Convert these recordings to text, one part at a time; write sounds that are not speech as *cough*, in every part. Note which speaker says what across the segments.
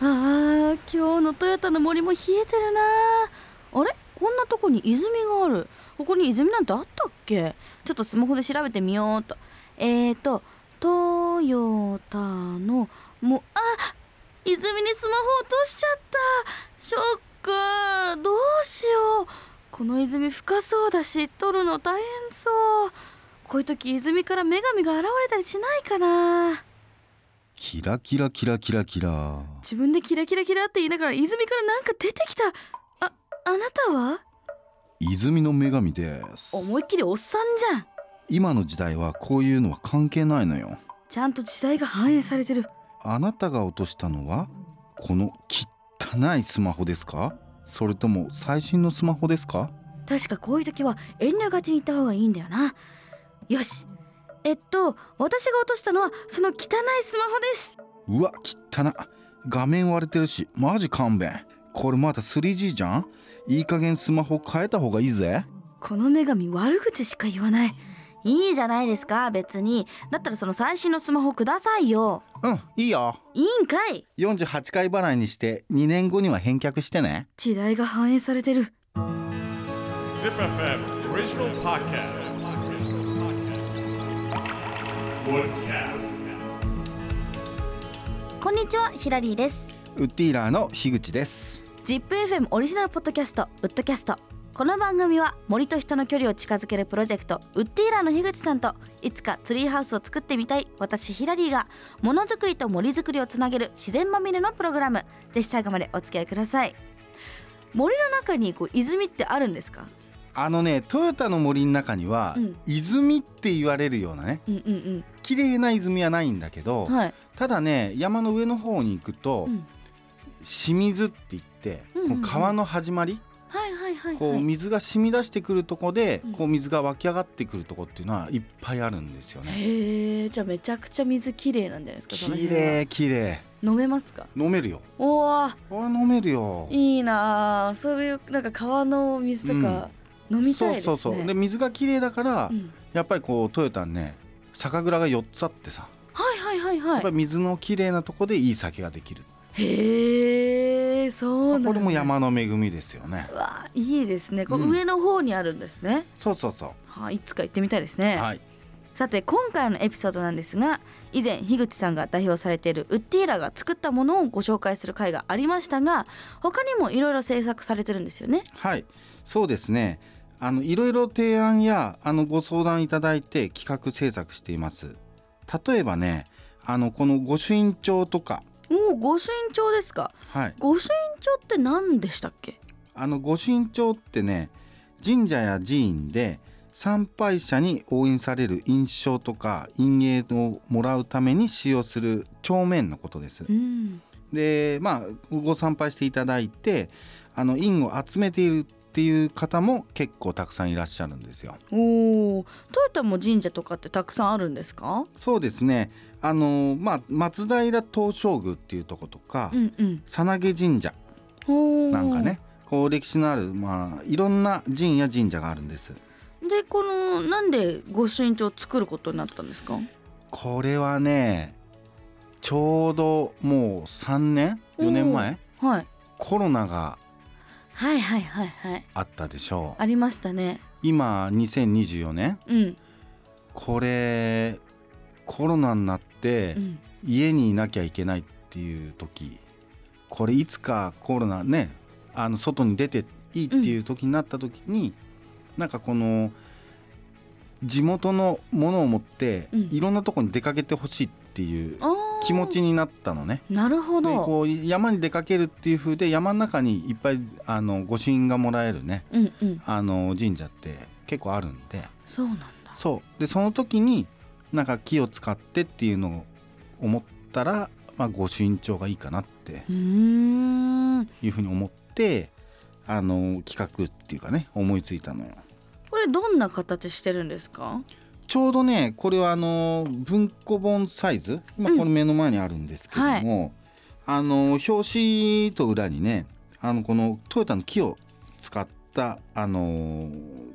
Speaker 1: ああ今日のトヨタの森も冷えてるなあれこんなとこに泉があるここに泉なんてあったっけちょっとスマホで調べてみようっとえーとトヨタのもあ泉にスマホ落としちゃったショックどうしようこの泉深そうだし撮るの大変そうこういう時泉から女神が現れたりしないかな
Speaker 2: キラキラキラキラキラ
Speaker 1: 自分でキラキラキラって言いながら泉からなんか出てきたああなたは
Speaker 2: 泉の女神です
Speaker 1: 思いっきりおっさんじゃん
Speaker 2: 今の時代はこういうのは関係ないのよ
Speaker 1: ちゃんと時代が反映されてる
Speaker 2: あなたが落としたのはこの汚いスマホですかそれとも最新のスマホですか
Speaker 1: 確かこういう時は遠慮がちに行った方がいいんだよなよしえっと私が落としたのはその汚いスマホです
Speaker 2: うわ汚っ画面割れてるしマジ勘弁これまた 3G じゃんいい加減スマホ変えた方がいいぜ
Speaker 1: この女神悪口しか言わないいいじゃないですか別にだったらその最新のスマホくださいよ
Speaker 2: うんいいよ
Speaker 1: いいんかい
Speaker 2: 48回払いにして2年後には返却してね
Speaker 1: 時代が反映されてる
Speaker 3: Zip FM original podcast. Woodcast.
Speaker 1: こんにちはヒラリーです
Speaker 2: ウッディーラーの樋口です
Speaker 1: ZIPFM オリジナルポッドキャストウッドキャストこの番組は森と人の距離を近づけるプロジェクトウッディーラーの樋口さんといつかツリーハウスを作ってみたい私ヒラリーがものづくりと森づくりをつなげる自然まみれのプログラムぜひ最後までお付き合いください森の中にこう泉ってあるんですか
Speaker 2: あのねトヨタの森の中には、
Speaker 1: うん
Speaker 2: 泉って言われるようなね
Speaker 1: うんうん
Speaker 2: 綺麗な泉はないんだけど、
Speaker 1: うんはい、
Speaker 2: ただね山の上の方に行くと、
Speaker 1: うん、
Speaker 2: 清水って言って、
Speaker 1: うんうんうん
Speaker 2: この川の始まり、
Speaker 1: はいはいはい
Speaker 2: こ
Speaker 1: は
Speaker 2: う
Speaker 1: い
Speaker 2: 水が染み出してくるとこで、
Speaker 1: うん
Speaker 2: こう水が湧き上がってくるとこっていうのはいっぱいあるんですよね。
Speaker 1: へえじゃあめちゃくちゃ水きれいなんじゃないですかその
Speaker 2: 綺
Speaker 1: 辺は
Speaker 2: 麗綺麗
Speaker 1: 飲めますか
Speaker 2: 飲めるよ。
Speaker 1: おお
Speaker 2: あ飲めるよ。
Speaker 1: いいなあそういうなんか川の水とか飲みたいですね、
Speaker 2: そうそうそう。で水が綺麗だから、
Speaker 1: うん
Speaker 2: やっぱりこうトヨタにね酒蔵が4つあってさ、
Speaker 1: はいはいはい
Speaker 2: や
Speaker 1: は
Speaker 2: っぱり水の綺麗なとこでいい酒ができる。
Speaker 1: いへえそうなんだ
Speaker 2: これも山の恵みですよね。
Speaker 1: わあいいですねこう
Speaker 2: うん
Speaker 1: 上の方にあるんですね、
Speaker 2: そうそうそ
Speaker 1: はいいつか行ってみたいですね、
Speaker 2: う。はい。
Speaker 1: さて今回のエピソードなんですが以前樋口さんが代表されているウッディーラが作ったものをご紹介する回がありましたが他にもいろいろ制作されてるんですよね
Speaker 2: はい、そうですね。あのいろいろ提案やあのご相談いただいて企画制作しています。例えばね、あのこの御朱印帳とか、
Speaker 1: おお御朱印帳ですか
Speaker 2: はい、
Speaker 1: 御朱印帳って何でしたっけ
Speaker 2: あの御朱印帳ってね、神社や寺院で参拝者に応援される印象とか印影をもらうために使用する帳面のことです
Speaker 1: う。ん
Speaker 2: で、まあご参拝していただいて、あの印を集めているっていう方も結構たくさんいらっしゃるんですよ。
Speaker 1: おお、トヨタも神社とかってたくさんあるんですか？
Speaker 2: そうですね。あのまあ松平東照宮っていうとことか、
Speaker 1: うんうん。
Speaker 2: さなげ神社
Speaker 1: おー
Speaker 2: なんかね。、こう歴史のあるまあいろんな神や神社があるんです。
Speaker 1: で、このなんで御朱印帳を作ることになったんですか？
Speaker 2: これはね、ちょうどもう三年、四年前、
Speaker 1: はい。
Speaker 2: コロナが
Speaker 1: はいはいはいはい。
Speaker 2: あったでしょう。
Speaker 1: ありましたね。
Speaker 2: 今2024年、
Speaker 1: うん
Speaker 2: これコロナになって
Speaker 1: うん。
Speaker 2: 家にいなきゃいけないっていう時、これいつかコロナね、あの外に出ていいっていう時になった時に、なんかこの地元のものを持って、
Speaker 1: うん
Speaker 2: いろんなとこに出かけてほしいっていう
Speaker 1: ああ。
Speaker 2: 気持。ちになったのね。
Speaker 1: なるほ
Speaker 2: で
Speaker 1: ど。
Speaker 2: こう山に出かけるっていう風で山の中にいっぱいあの御朱印がもらえるね
Speaker 1: うんうん。
Speaker 2: あの神社って結構あるんで
Speaker 1: そうなんだ。
Speaker 2: そうでその時になんか木を使ってっていうのを思ったら、まあ、御朱印帳がいいかなって
Speaker 1: うーん。
Speaker 2: いう風に思って *laughs* あの企画っていうかね思いついたのよ。
Speaker 1: これどんな形してるんですか？
Speaker 2: ちょうどねこれはあの文庫本サイズ今
Speaker 1: うん
Speaker 2: この目の前にあるんですけども、あの表紙と裏にねあのこのトヨタの木を使ったあの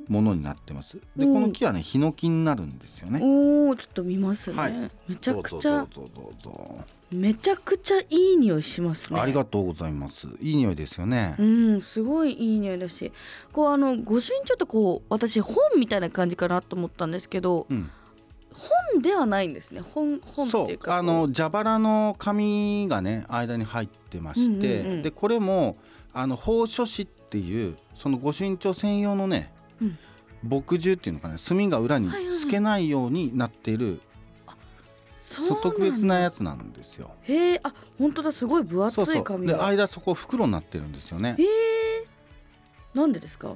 Speaker 2: ものになってます。
Speaker 1: う
Speaker 2: で
Speaker 1: ん
Speaker 2: この木はねヒノキになるんですよね。
Speaker 1: おおちょっと見ますね、
Speaker 2: はい
Speaker 1: めちゃくちゃ
Speaker 2: どうぞどうぞどうぞ
Speaker 1: めちゃくちゃいい匂いしますね
Speaker 2: ありがとうございます。いい匂いですよね。
Speaker 1: うんすごいいい匂いだしこうあの御朱印帳ってこう私本みたいな感じかなと思ったんですけど
Speaker 2: うん。
Speaker 1: 本ではないんですね本本っていう
Speaker 2: そう
Speaker 1: か
Speaker 2: あの蛇腹の紙がね間に入ってまして、
Speaker 1: うんうんうん
Speaker 2: でこれもあの宝書紙っていうその御朱印帳専用のね、
Speaker 1: うん
Speaker 2: 墨汁っていうのかな墨が裏に
Speaker 1: はいはいはい
Speaker 2: 透けないようになっている、
Speaker 1: そう
Speaker 2: そう特別なや
Speaker 1: つ
Speaker 2: つなんですよ。
Speaker 1: へえあ本当だすごい分厚
Speaker 2: そうそ
Speaker 1: いう紙
Speaker 2: で
Speaker 1: が
Speaker 2: 間そこ袋になってるんですよね
Speaker 1: へ。えなんでですか、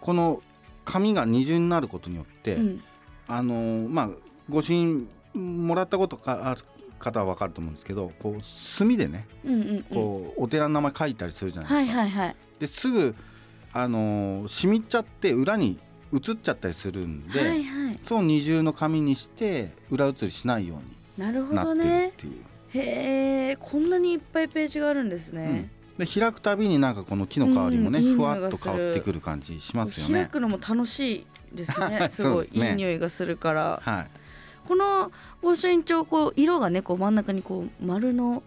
Speaker 2: この紙が二重になることによって、
Speaker 1: うん
Speaker 2: あのーまあ御朱印もらったことかある方はわかると思うんですけどこう墨でね
Speaker 1: うんうんうん
Speaker 2: こう、お寺の名前書いたりするじゃないですか。
Speaker 1: はいはいはい
Speaker 2: ですぐ、あのー染みちゃって裏に移っちゃったりするんで、
Speaker 1: はいはい
Speaker 2: その二重の紙にして裏移りしないよう
Speaker 1: なるほ
Speaker 2: にな
Speaker 1: ど
Speaker 2: ってるっ
Speaker 1: ね
Speaker 2: ていう。
Speaker 1: へえこんなにいっぱいページがあるんですね、
Speaker 2: で開くたびになんかこの木の香りもね、
Speaker 1: うんいい
Speaker 2: ふ
Speaker 1: 匂いが
Speaker 2: わっと香ってくる感じしますよ
Speaker 1: 開
Speaker 2: ね。
Speaker 1: くのも楽しいです
Speaker 2: は
Speaker 1: ね
Speaker 2: い
Speaker 1: すごい
Speaker 2: *laughs* そうですね
Speaker 1: いい匂いがするから
Speaker 2: はい、
Speaker 1: この御朱印帳こう色がねこう真ん中にこう丸の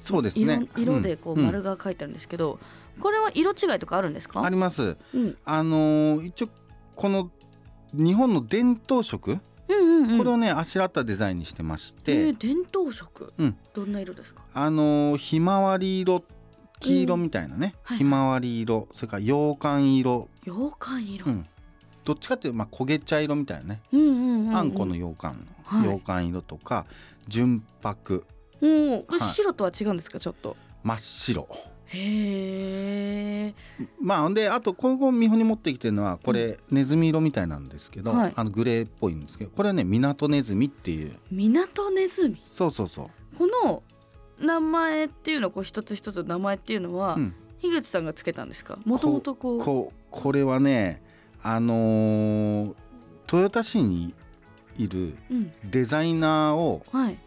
Speaker 2: そうです
Speaker 1: 色,、
Speaker 2: ね。
Speaker 1: 色でこう
Speaker 2: うん
Speaker 1: 丸が書いてあるんですけど、これは色違いとかあるんです
Speaker 2: うんあ
Speaker 1: か
Speaker 2: ります。
Speaker 1: うん
Speaker 2: あのー一応この日本の伝統色、
Speaker 1: うんうんうん
Speaker 2: これをねあしらったデザインにしてまし
Speaker 1: え
Speaker 2: て、
Speaker 1: ー伝統色、
Speaker 2: うん
Speaker 1: どんな色ですか
Speaker 2: あのーひまわり色黄色みたいなね、
Speaker 1: はい
Speaker 2: ひまわり色それから羊羹色
Speaker 1: 洋館色、
Speaker 2: うんどっちかっていうと、まあ、焦げ茶色みたいなね、
Speaker 1: うんうんうんうん
Speaker 2: あんこの羊羹の、
Speaker 1: はい
Speaker 2: 羊羹色とか純白
Speaker 1: おおこれ
Speaker 2: はい
Speaker 1: 白とは違うんですかちょっと
Speaker 2: 真っ白
Speaker 1: へえ
Speaker 2: まあほんであと今後見本に持ってきてるのはこれ、ネズミ色みたいなんですけど、
Speaker 1: はい
Speaker 2: あのグレーっぽいんですけどこれはね港ネズミっていう
Speaker 1: 港ネズミ
Speaker 2: そうそうそう、
Speaker 1: この名前っていうのこう一つ一つの名前っていうのは、
Speaker 2: うん、
Speaker 1: 樋口さんがつけたんですかもともとこう
Speaker 2: こうこれはねあのー豊田市にいる
Speaker 1: うん
Speaker 2: デザイナーを
Speaker 1: はい、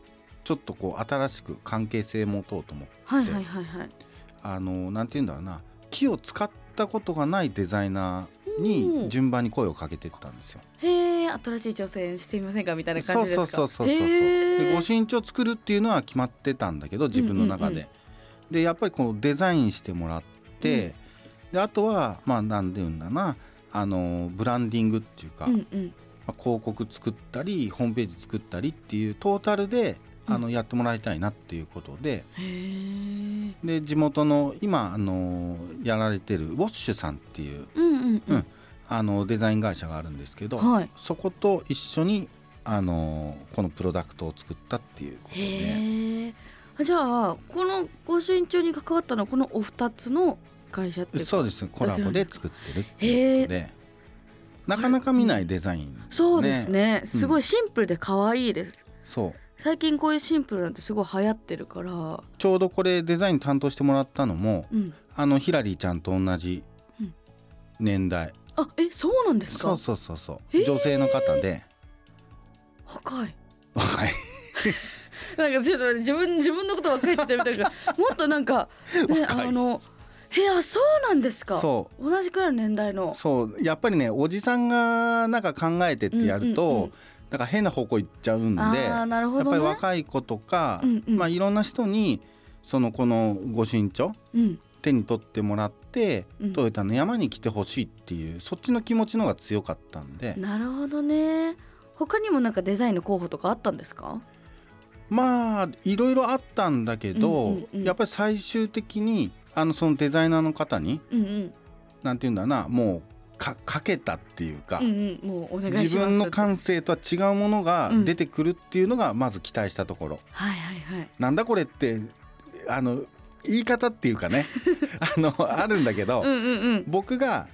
Speaker 2: ちょっとこう新しく関係性持とうと思って
Speaker 1: はいはいはいはい
Speaker 2: あのなんて言うんだろうな木を使ったことがないデザイナー
Speaker 1: うん
Speaker 2: に順番に声をかけてったんですよ。
Speaker 1: へえ新しい挑戦してみませんかみたいな
Speaker 2: そ
Speaker 1: 感
Speaker 2: う
Speaker 1: じです
Speaker 2: そ
Speaker 1: か
Speaker 2: うそうそうそう。
Speaker 1: へ
Speaker 2: で
Speaker 1: え
Speaker 2: ご身長作るっていうのは決まってたんだけど自分の中で、
Speaker 1: うんうん
Speaker 2: でやっぱりこうデザインしてもらって、であとはまあなんて言うんだなあのブランディングっていうか、
Speaker 1: うんうん
Speaker 2: まあ広告作ったりホームページ作ったりっていうトータルであのやってもらいたいなっていうことで。
Speaker 1: へえ
Speaker 2: で地元の今あのやられてるウォッシュさんっていう
Speaker 1: うんうんう
Speaker 2: うんんあのデザイン会社があるんですけど、
Speaker 1: はい
Speaker 2: そこと一緒にあのこのプロダクトを作ったっていうことで
Speaker 1: へえあじゃあこのご朱印帳に関わったのはこのお二つの会社っていう
Speaker 2: そう
Speaker 1: で
Speaker 2: ですコラボで作ってるっていうことでなかなか見ないデザイン、
Speaker 1: そうですね
Speaker 2: うん
Speaker 1: すごいシンプルで可愛いです、
Speaker 2: そう
Speaker 1: 最近こういうシンプルなんてすごい流行ってるからう
Speaker 2: ちょうどこれデザイン担当してもらったのも
Speaker 1: ん
Speaker 2: あのヒラリーちゃんと同じ年代、
Speaker 1: あえそうなんです
Speaker 2: そ
Speaker 1: か
Speaker 2: うそうそうそう、
Speaker 1: へー
Speaker 2: 女性の方で
Speaker 1: 若い
Speaker 2: 若い
Speaker 1: *laughs* なんかちょっと待って自分自分のこと若いって言ってるみたいなもっとなん
Speaker 2: *laughs*
Speaker 1: かね
Speaker 2: 若い
Speaker 1: あのへあそうなんですか
Speaker 2: そう
Speaker 1: 同じくらいの年代の
Speaker 2: そうやっぱりねおじさんがなんか考えてってやると、
Speaker 1: うんうんうん
Speaker 2: なんか変な方向行っちゃうんで
Speaker 1: あー
Speaker 2: やっ
Speaker 1: なるほ
Speaker 2: ぱ
Speaker 1: ど
Speaker 2: り
Speaker 1: ね
Speaker 2: 若い子とか、
Speaker 1: うんうん
Speaker 2: まあ、いろんな人にそのこのご身長
Speaker 1: うん
Speaker 2: 手に取ってもらって、
Speaker 1: うん
Speaker 2: トヨタの山に来てほしいっていうそっちの気持ちの方が強かったんで、
Speaker 1: なるほどね他にもなんかデザインの候補とかあったんですか
Speaker 2: まあいろいろあったんだけど、
Speaker 1: うんうんうん
Speaker 2: やっぱり最終的にあのそのデザイナーの方に
Speaker 1: うんうん
Speaker 2: なんていうんだなもうかかけたっていうか。
Speaker 1: うんうんもうお願いします
Speaker 2: 自分の
Speaker 1: はい
Speaker 2: 感性とは違うものが出てくるっていうのがまず期待したところ、
Speaker 1: はいはい
Speaker 2: なんだこれってあの言い方っていう
Speaker 1: *laughs*
Speaker 2: かねあのあるんだけど、
Speaker 1: うんうんうん
Speaker 2: 僕が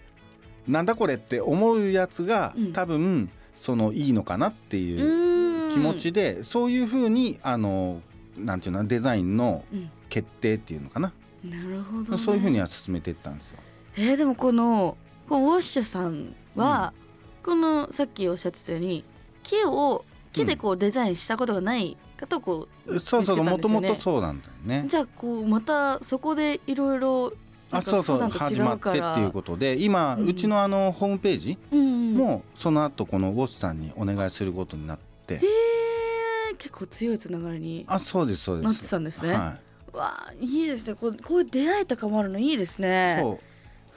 Speaker 2: なんだこれって思うやつが、
Speaker 1: うん
Speaker 2: 多分そのいいのかなって
Speaker 1: う
Speaker 2: いう
Speaker 1: ーん
Speaker 2: 気持ちで、そういうふうにあのなんていうのデザインの
Speaker 1: うん
Speaker 2: 決定っていうのかな、
Speaker 1: なるほどね
Speaker 2: そういうふうには進めていったんですよ。
Speaker 1: えーでもこのこうウォッシュさんは、このさっきおっしゃってたように木を木でこうデザインしたことがない方をこう、
Speaker 2: そうそう
Speaker 1: 見
Speaker 2: も
Speaker 1: つけた
Speaker 2: と
Speaker 1: んですよ
Speaker 2: も
Speaker 1: ね
Speaker 2: とそうなんだよね。
Speaker 1: じゃあこうまたそこでいろいろ
Speaker 2: あそうそう
Speaker 1: 普段と違
Speaker 2: 始まっ
Speaker 1: うか
Speaker 2: てっ
Speaker 1: ら
Speaker 2: ていうことで今、
Speaker 1: うん
Speaker 2: うちのあのホームページ
Speaker 1: うんうんん
Speaker 2: もうその後このウォッチさんにお願いすることになって、
Speaker 1: えー、結構強いつながりに
Speaker 2: あそうですそうです
Speaker 1: なってたんですね
Speaker 2: は
Speaker 1: わあいいですねこうこういう出会いとかもあるのいいです
Speaker 2: い、
Speaker 1: ね
Speaker 2: そう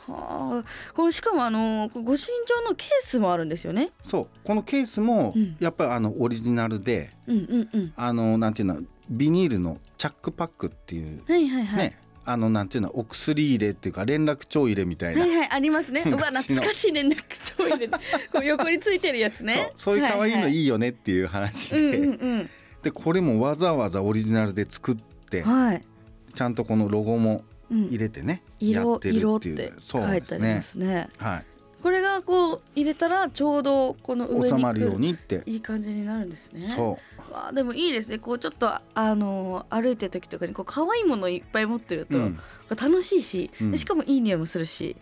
Speaker 1: はあこれしかもあのこうご身長のケースもあるんですよね
Speaker 2: そうこのケースも
Speaker 1: うん
Speaker 2: やっぱりあのオリジナルで、
Speaker 1: うんうんうん
Speaker 2: あのなんていうのビニールのチャックパックっていう
Speaker 1: はいはいはい、
Speaker 2: ねあのなんていうのお薬入れっていうか連絡帳入れみたいな、
Speaker 1: はいはいありますね。うわ
Speaker 2: 昔の
Speaker 1: 懐かしい連絡帳入れてこう横についてるやつね。
Speaker 2: そうそういう可愛いの
Speaker 1: い。
Speaker 2: いいよねっていう話で、
Speaker 1: うんうん
Speaker 2: でこれもわざわざオリジナルで作って、
Speaker 1: うん。はい。
Speaker 2: ちゃんとこのロゴも
Speaker 1: うん
Speaker 2: 入れてね、や
Speaker 1: 色
Speaker 2: ってる
Speaker 1: 色っ
Speaker 2: っていう
Speaker 1: て
Speaker 2: そう
Speaker 1: 書い
Speaker 2: で
Speaker 1: てあ
Speaker 2: す
Speaker 1: りま
Speaker 2: ね
Speaker 1: すね。
Speaker 2: はい
Speaker 1: これがこう入れたらちょうどこの上に
Speaker 2: 収まるよう
Speaker 1: に
Speaker 2: にって
Speaker 1: いい感じになるんですね。。
Speaker 2: そう
Speaker 1: わあでもいいですね。こうちょっとあの歩いてる時とかにこう可愛いものいっぱい持ってる
Speaker 2: う、
Speaker 1: と、
Speaker 2: う
Speaker 1: こ
Speaker 2: ん、
Speaker 1: う楽しいし、
Speaker 2: うん
Speaker 1: でしかもいい匂いもするし、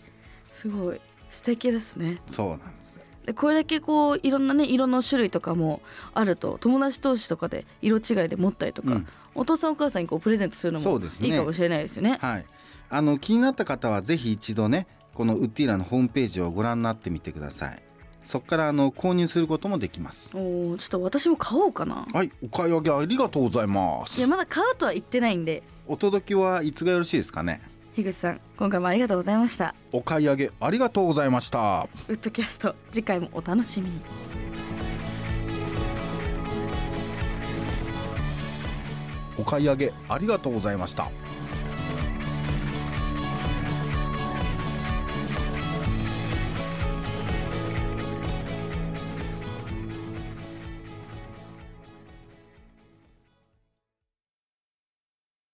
Speaker 1: すごい素敵ですね。
Speaker 2: そうなんです
Speaker 1: でこれだけこういろんなね色の種類とかもあると友達同士とかで色違いで持ったりとか、
Speaker 2: うん
Speaker 1: お父さんお母さんにこうプレゼントするの
Speaker 2: そ
Speaker 1: も
Speaker 2: うです
Speaker 1: い
Speaker 2: ね
Speaker 1: いかもしれないですよね。
Speaker 2: はいあの気になった方はぜひ一度ねこのウッディーラのホームページをご覧になってみてくださいそこからあの購入することもできます
Speaker 1: おーちょっと私も買おうかな。
Speaker 2: はいお買い上げありがとうございま
Speaker 1: い
Speaker 2: す
Speaker 1: やまだ買うとは言ってないんで
Speaker 2: お届けはいつがよろしいですかね
Speaker 1: 樋口さん今回もありがとうございました。
Speaker 2: お買い上げありがとうございました
Speaker 1: ウッドキャスト次回もお楽しみに。
Speaker 2: お買い上げありがとうございました